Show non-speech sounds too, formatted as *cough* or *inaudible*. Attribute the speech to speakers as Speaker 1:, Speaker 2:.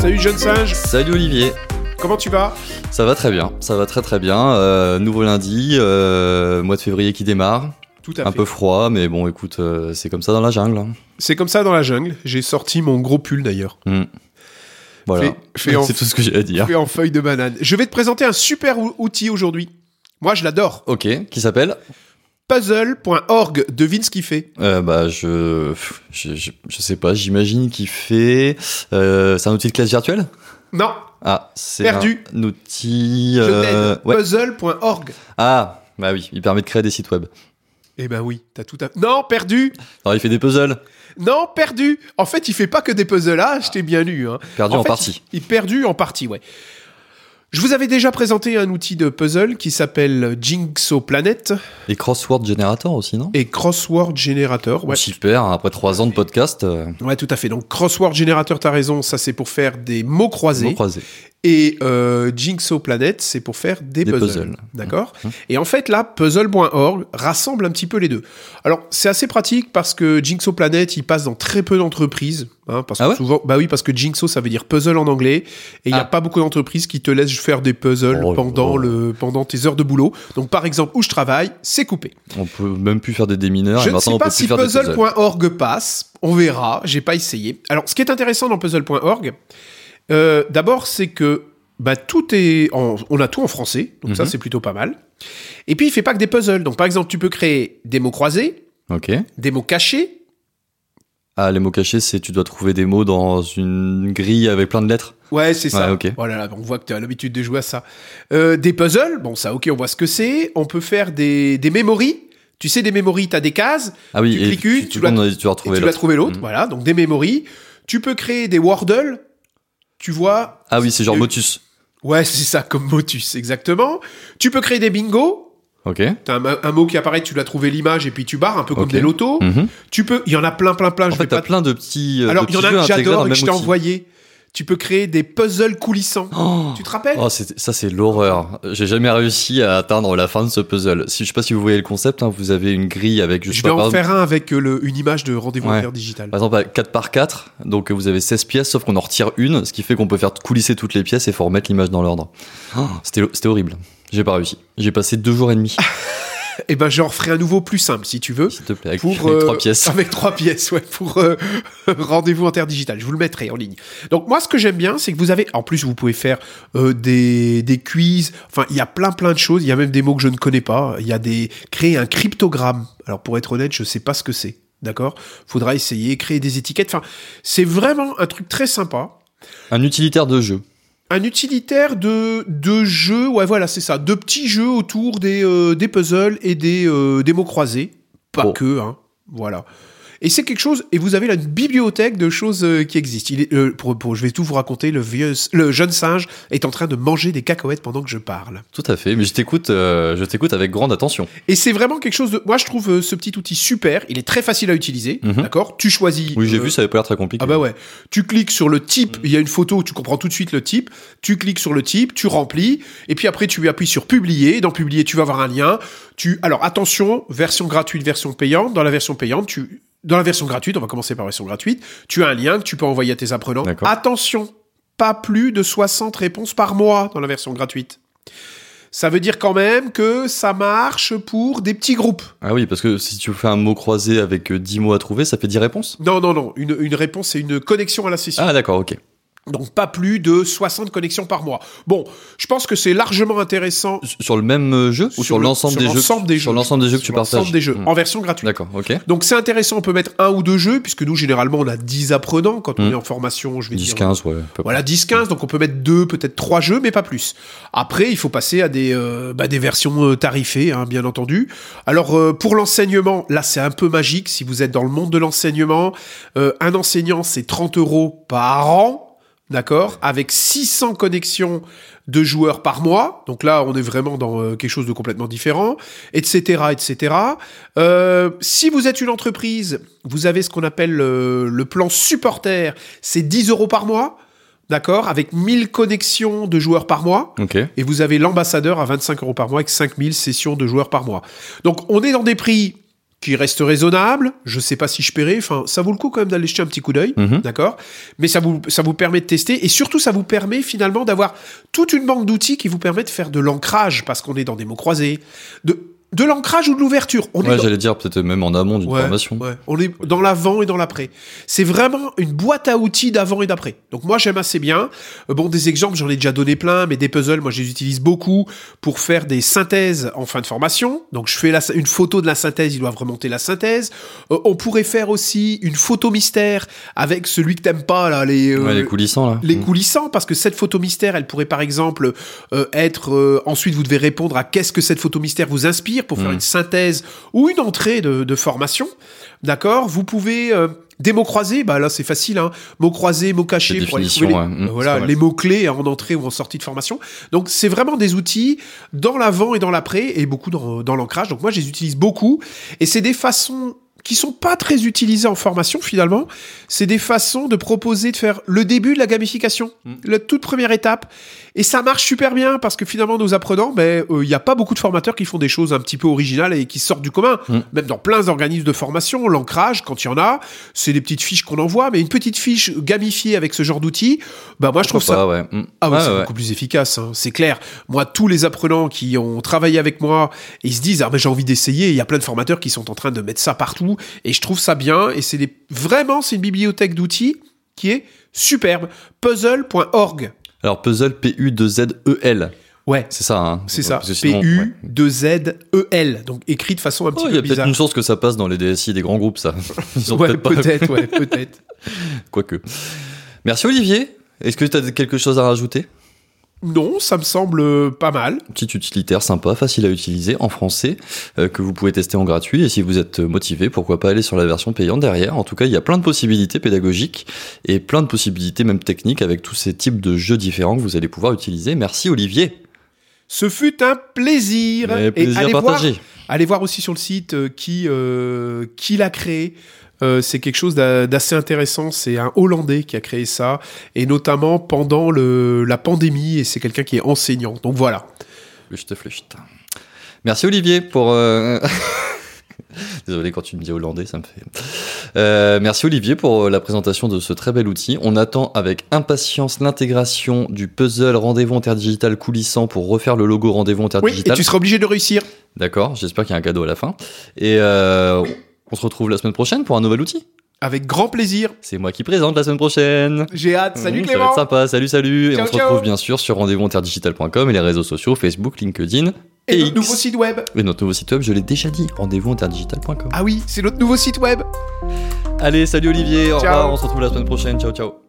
Speaker 1: Salut jeune singe,
Speaker 2: Salut Olivier,
Speaker 1: comment tu vas
Speaker 2: ça va très bien, ça va très très bien. Euh, nouveau lundi, euh, mois de février qui démarre,
Speaker 1: Tout à
Speaker 2: un
Speaker 1: fait.
Speaker 2: peu froid, mais bon écoute, euh, c'est comme ça dans la jungle. hein.
Speaker 1: C'est comme ça dans la jungle, j'ai sorti mon gros pull d'ailleurs.
Speaker 2: Hmm. Voilà, *laughs*
Speaker 1: Fait- fait en-
Speaker 2: c'est tout ce que j'ai à dire.
Speaker 1: Fait en feuille de banane. Je vais te présenter un super ou- outil aujourd'hui. Moi je l'adore.
Speaker 2: Ok, qui s'appelle
Speaker 1: Puzzle.org, devine ce qu'il fait.
Speaker 2: Euh, Bah je, je, je, je sais pas, j'imagine qu'il fait. euh, c'est un outil de classe virtuelle
Speaker 1: Non,
Speaker 2: Ah, c'est
Speaker 1: Perdu.
Speaker 2: un outil.
Speaker 1: je
Speaker 2: euh,
Speaker 1: t'aide.
Speaker 2: ouais.
Speaker 1: Puzzle.org.
Speaker 2: Ah, bah oui, il permet de créer des sites web.
Speaker 1: Eh ben oui, t'as tout à... Non, perdu
Speaker 2: Alors il fait des puzzles,
Speaker 1: Non, perdu En fait, il fait pas que des puzzles. Ah, je t'ai bien lu. Hein.
Speaker 2: perdu en,
Speaker 1: fait,
Speaker 2: partie.
Speaker 1: Il, il perdu en partie, ouais. Je vous avais déjà présenté un outil de puzzle qui s'appelle Jigsaw Planet
Speaker 2: Et crossword generator aussi, non
Speaker 1: et Crossword Generator. Ouais.
Speaker 2: Super, après trois ans de podcast, euh,
Speaker 1: Ouais, tout à fait. Donc, Crossword Generator, t'as raison, ça c'est pour faire des mots croisés.
Speaker 2: mots croisés.
Speaker 1: Et euh, Jigsaw Planet, c'est pour faire des,
Speaker 2: Des
Speaker 1: puzzles.
Speaker 2: puzzles. Mmh.
Speaker 1: D'accord Et en fait, là, puzzle.org rassemble un petit peu les deux. Alors, c'est assez pratique parce que Jigsaw Planet, il passe dans très peu d'entreprises. hein, parce
Speaker 2: Ah
Speaker 1: que
Speaker 2: ouais
Speaker 1: souvent, bah oui, parce que Jigsaw, ça veut dire puzzle en anglais. Et il n'y a
Speaker 2: Ah.
Speaker 1: pas beaucoup d'entreprises qui te laissent faire des puzzles
Speaker 2: Oh,
Speaker 1: pendant,
Speaker 2: oh.
Speaker 1: Le, pendant tes heures de boulot. Donc, par exemple, où je travaille, c'est coupé.
Speaker 2: On peut même plus faire des démineurs.
Speaker 1: Je
Speaker 2: et
Speaker 1: ne
Speaker 2: maintenant,
Speaker 1: sais
Speaker 2: on
Speaker 1: pas
Speaker 2: peut plus
Speaker 1: si
Speaker 2: faire des puzzles.
Speaker 1: puzzle.org passe. On verra. J'ai pas essayé. Alors, ce qui est intéressant dans puzzle.org, euh, d'abord, c'est que bah, tout est en- on a tout en français. Donc ça,
Speaker 2: Mhm.
Speaker 1: c'est plutôt pas mal. Et puis, il fait pas que des puzzles. Donc, par exemple, tu peux créer des mots croisés,
Speaker 2: Ok.
Speaker 1: des mots cachés.
Speaker 2: Ah, les mots cachés, c'est tu dois trouver des mots dans une grille avec plein de lettres.
Speaker 1: Ouais, c'est ça.
Speaker 2: Ouais, ok.
Speaker 1: Voilà, on voit que tu as l'habitude de jouer à ça. Euh, des puzzles. Bon, ça, ok, on voit ce que c'est. On peut faire des, des mémories. Tu sais, des mémories, tu as des cases.
Speaker 2: Ah oui,
Speaker 1: Tu
Speaker 2: et
Speaker 1: cliques une, tu
Speaker 2: tournes
Speaker 1: dois-
Speaker 2: et tu dois
Speaker 1: Et
Speaker 2: retrouver
Speaker 1: tu vas
Speaker 2: l'autre.
Speaker 1: trouver l'autre,
Speaker 2: Mhm.
Speaker 1: voilà, donc des mémories. Tu peux créer des Wordle, tu vois.
Speaker 2: Ah oui, c'est genre
Speaker 1: Euh,
Speaker 2: Motus.
Speaker 1: Ouais, c'est ça, comme Motus, exactement. Tu peux créer des bingo.
Speaker 2: Ok.
Speaker 1: T'as un, un mot qui apparaît, tu dois trouver l'image et puis tu barres, un peu comme
Speaker 2: Ok.
Speaker 1: des lotos.
Speaker 2: Mhm.
Speaker 1: Tu peux, il y en a plein, plein, plein.
Speaker 2: En
Speaker 1: je
Speaker 2: fait,
Speaker 1: vais
Speaker 2: t'as
Speaker 1: pas te-
Speaker 2: plein de petits. euh, de
Speaker 1: Alors, il y en
Speaker 2: petits
Speaker 1: a
Speaker 2: jeux
Speaker 1: que
Speaker 2: intégrés dans
Speaker 1: j'adore et
Speaker 2: le
Speaker 1: que
Speaker 2: même
Speaker 1: je t'ai
Speaker 2: outil.
Speaker 1: envoyé. Tu peux créer des puzzles coulissants.
Speaker 2: Oh,
Speaker 1: Tu te rappelles
Speaker 2: Oh, c'est- ça c'est l'horreur. J'ai jamais réussi à atteindre la fin de ce puzzle. Si je sais pas si vous voyez le concept, hein, vous avez une grille avec je sais
Speaker 1: Je
Speaker 2: pas,
Speaker 1: vais en
Speaker 2: par,
Speaker 1: faire un avec euh, le- une image de rendez-vous
Speaker 2: Ouais.
Speaker 1: en digital.
Speaker 2: par exemple 4 par 4 donc vous avez 16 pièces sauf qu'on en retire une, ce qui fait qu'on peut faire coulisser toutes les pièces et faut remettre l'image dans l'ordre. Oh,
Speaker 1: Ah.
Speaker 2: c'était c'était horrible. J'ai pas réussi. J'ai passé deux jours et demi.
Speaker 1: Et ben, j'en ferai un nouveau plus simple si tu veux.
Speaker 2: S'il te plaît, avec,
Speaker 1: pour
Speaker 2: avec
Speaker 1: euh,
Speaker 2: trois pièces.
Speaker 1: Avec trois pièces, ouais, pour euh, *laughs* rendez-vous interdigital. Je vous le mettrai en ligne. Donc moi, ce que j'aime bien, c'est que vous avez, en plus, vous pouvez faire euh, des, des quiz. Enfin, il y a plein plein de choses. Il y a même des mots que je ne connais pas. Il y a des créer un cryptogramme. Alors pour être honnête, je sais pas ce que c'est. D'accord Faudra essayer, créer des étiquettes. Enfin, c'est vraiment un truc très sympa.
Speaker 2: Un utilitaire de jeu.
Speaker 1: Un utilitaire de, de jeux, ouais voilà, c'est ça, de petits jeux autour des, euh, des puzzles et des, euh, des mots croisés. Pas
Speaker 2: Bon.
Speaker 1: que, hein, voilà. Et c'est quelque chose, et vous avez là une bibliothèque de choses euh, qui existent. Il est, euh, pour, pour- je vais tout vous raconter, le, vieux, le jeune singe est en train de manger des cacahuètes pendant que je parle.
Speaker 2: Tout à fait, mais je t'écoute, euh, je t'écoute avec grande attention.
Speaker 1: Et c'est vraiment quelque chose de... Moi, je trouve euh, ce petit outil super, il est très facile à utiliser,
Speaker 2: Mhm.
Speaker 1: d'accord Tu choisis...
Speaker 2: Oui, j'ai
Speaker 1: euh,
Speaker 2: vu, ça avait pas l'air très compliqué.
Speaker 1: Ah bah ouais. Tu cliques sur le type, il y a une photo où tu comprends tout de suite le type, tu cliques sur le type, tu remplis, et puis après tu appuies sur publier, dans publier tu vas avoir un lien, tu, alors attention, version gratuite, version payante, dans la version payante, tu, dans la version gratuite, on va commencer par la version gratuite, tu as un lien que tu peux envoyer à tes apprenants.
Speaker 2: D'accord.
Speaker 1: Attention, pas plus de 60 réponses par mois dans la version gratuite. Ça veut dire quand même que ça marche pour des petits groupes.
Speaker 2: Ah oui, parce que si tu fais un mot croisé avec euh, 10 mots à trouver, ça fait 10 réponses
Speaker 1: Non, non, non. Une, une réponse, c'est une connexion à la session.
Speaker 2: Ah d'accord, ok.
Speaker 1: Donc pas plus de 60 connexions par mois. Bon, je pense que c'est largement intéressant
Speaker 2: S- Sur le même euh, jeu ou sur
Speaker 1: le-
Speaker 2: l'ensemble
Speaker 1: sur
Speaker 2: des, jeux
Speaker 1: l'ensemble des jeux
Speaker 2: Sur l'ensemble des jeux que tu
Speaker 1: Sur l'ensemble
Speaker 2: partages
Speaker 1: des jeux
Speaker 2: Hmm.
Speaker 1: en version gratuite.
Speaker 2: D'accord, ok.
Speaker 1: Donc c'est intéressant, on peut mettre un ou deux jeux puisque nous généralement on a 10 apprenants quand on
Speaker 2: Mm.
Speaker 1: est en formation, je vais dire
Speaker 2: 10-15, ouais. à peu près.
Speaker 1: voilà 10 15 donc on peut mettre deux peut-être trois jeux mais pas plus. Après, il faut passer à des euh, bah, des versions euh, tarifées hein, bien entendu. Alors euh, pour l'enseignement, là c'est un peu magique si vous êtes dans le monde de l'enseignement, euh, un enseignant c'est 30 euros par an, d'accord, avec 600 connexions de joueurs par mois. Donc là on est vraiment dans euh, quelque chose de complètement différent, etc. etc. Euh, si vous êtes une entreprise, vous avez ce qu'on appelle euh, le plan supporter, c'est 10 euros par mois. D'accord Avec 1000 connexions de joueurs par mois.
Speaker 2: Ok.
Speaker 1: Et vous avez l'ambassadeur à 25 euros par mois avec 5000 sessions de joueurs par mois. Donc on est dans des prix qui reste raisonnable. Je sais pas si je paierai. Enfin, ça vaut le coup quand même d'aller jeter un petit coup d'œil,
Speaker 2: Mhm.
Speaker 1: d'accord Mais ça vous, ça vous permet de tester et surtout, ça vous permet finalement d'avoir toute une banque d'outils qui vous permet de faire de l'ancrage parce qu'on est dans des mots croisés, de, de l'ancrage ou de l'ouverture. On est
Speaker 2: Ouais,
Speaker 1: dans-
Speaker 2: j'allais dire peut-être même en amont d'une
Speaker 1: Ouais,
Speaker 2: formation.
Speaker 1: ouais. On est dans l'avant et dans l'après. C'est vraiment une boîte à outils d'avant et d'après. Donc moi j'aime assez bien. Euh, Bon, des exemples, j'en ai déjà donné plein, mais des puzzles, moi je les utilise beaucoup pour faire des synthèses en fin de formation. Donc je fais la sy- une photo de la synthèse, ils doivent remonter la synthèse. Euh, on pourrait faire aussi une photo mystère avec celui que t'aimes pas, là, les, euh,
Speaker 2: Ouais, les coulissants là.
Speaker 1: les
Speaker 2: Mhm.
Speaker 1: coulissants, parce que cette photo mystère, elle pourrait par exemple euh, être. euh, ensuite, vous devez répondre à qu'est-ce que cette photo mystère vous inspire pour faire
Speaker 2: Mm.
Speaker 1: une synthèse ou une entrée de, de formation. D'accord Vous pouvez. euh, des mots croisés, bah là c'est facile, hein. mots croisés, mots cachés,
Speaker 2: Les
Speaker 1: pour aller
Speaker 2: définitions,
Speaker 1: trouver les-
Speaker 2: ouais. Mm,
Speaker 1: euh, voilà,
Speaker 2: c'est pas mal.
Speaker 1: les mots clés en entrée ou en sortie de formation. Donc c'est vraiment des outils dans l'avant et dans l'après et beaucoup dans, dans l'ancrage. Donc moi je les utilise beaucoup et c'est des façons qui sont pas très utilisées en formation finalement. C'est des façons de proposer de faire le début de la gamification,
Speaker 2: Mm.
Speaker 1: la toute première étape. Et ça marche super bien parce que finalement nos apprenants, ben il n'y a pas beaucoup de formateurs qui font des choses un petit peu originales et qui sortent du commun.
Speaker 2: Mm.
Speaker 1: Même dans plein d'organismes de formation, l'ancrage quand il y en a, c'est des petites fiches qu'on envoie, mais une petite fiche gamifiée avec ce genre d'outils, bah moi je trouve ça
Speaker 2: Ah ouais. Mhm.
Speaker 1: ah ouais,
Speaker 2: Ouais,
Speaker 1: c'est
Speaker 2: ouais, ouais.
Speaker 1: beaucoup plus efficace, hein, c'est clair. Moi, tous les apprenants qui ont travaillé avec moi, ils se disent ah ben j'ai envie d'essayer. Il y a plein de formateurs qui sont en train de mettre ça partout, et je trouve ça bien. Et c'est des... vraiment c'est une bibliothèque d'outils qui est superbe. Puzzle.org.
Speaker 2: Alors puzzle P U 2 Z E L.
Speaker 1: Ouais,
Speaker 2: C'est ça hein.
Speaker 1: c'est ça.
Speaker 2: Parce que
Speaker 1: P
Speaker 2: sinon, ouais.
Speaker 1: U 2 Z E L. Donc écrit de façon un
Speaker 2: Oh,
Speaker 1: petit
Speaker 2: Il y
Speaker 1: peu
Speaker 2: a peut-être
Speaker 1: bizarre.
Speaker 2: une source que ça passe dans les DSI des grands groupes, ça. *laughs* Ils ont
Speaker 1: Ouais,
Speaker 2: peut-être pas.
Speaker 1: peut-être, ouais, peut-être.
Speaker 2: *laughs* Quoique. Merci Olivier. Est-ce que tu as quelque chose à rajouter
Speaker 1: Non, ça me semble pas mal.
Speaker 2: Petit utilitaire sympa, facile à utiliser en français, euh, que vous pouvez tester en gratuit. Et si vous êtes motivé, pourquoi pas aller sur la version payante derrière. En tout cas, il y a plein de possibilités pédagogiques et plein de possibilités même techniques avec tous ces types de jeux différents que vous allez pouvoir utiliser. Merci Olivier.
Speaker 1: Ce fut un plaisir.
Speaker 2: Et Eh, plaisir
Speaker 1: allez voir-
Speaker 2: partagé.
Speaker 1: Allez voir aussi sur le site euh, qui, euh, qui l'a créé. Euh, c'est quelque chose d'a- d'assez intéressant. C'est un Hollandais qui a créé ça, et notamment pendant le, la pandémie, et c'est quelqu'un qui est enseignant. Donc voilà.
Speaker 2: Flûte, flûte. Merci Olivier pour. euh, *laughs* Désolé quand tu me dis hollandais, ça me fait. Euh, merci Olivier pour la présentation de ce très bel outil. On attend avec impatience l'intégration du puzzle rendez-vous interdigital coulissant pour refaire le logo rendez-vous
Speaker 1: Oui, et
Speaker 2: interdigital.
Speaker 1: tu seras obligé de réussir.
Speaker 2: D'accord, j'espère qu'il y a un cadeau à la fin. Et euh, on se retrouve la semaine prochaine pour un nouvel outil.
Speaker 1: Avec grand plaisir.
Speaker 2: C'est moi qui présente la semaine prochaine.
Speaker 1: J'ai hâte. Salut
Speaker 2: Mmh, Ça va
Speaker 1: Clément.
Speaker 2: être sympa, salut, salut. et
Speaker 1: Ciao,
Speaker 2: on se retrouve
Speaker 1: ciao.
Speaker 2: bien sûr sur rendez-vous-interdigital.com et les réseaux sociaux Facebook, LinkedIn
Speaker 1: Et
Speaker 2: et
Speaker 1: notre nouveau
Speaker 2: X.
Speaker 1: site web.
Speaker 2: Et notre nouveau site web, je l'ai déjà dit, rendez-vous interdigital.com.
Speaker 1: Ah oui, c'est notre nouveau site web.
Speaker 2: Allez, salut Olivier, au
Speaker 1: Ciao.
Speaker 2: revoir, on se retrouve la semaine prochaine, ciao ciao.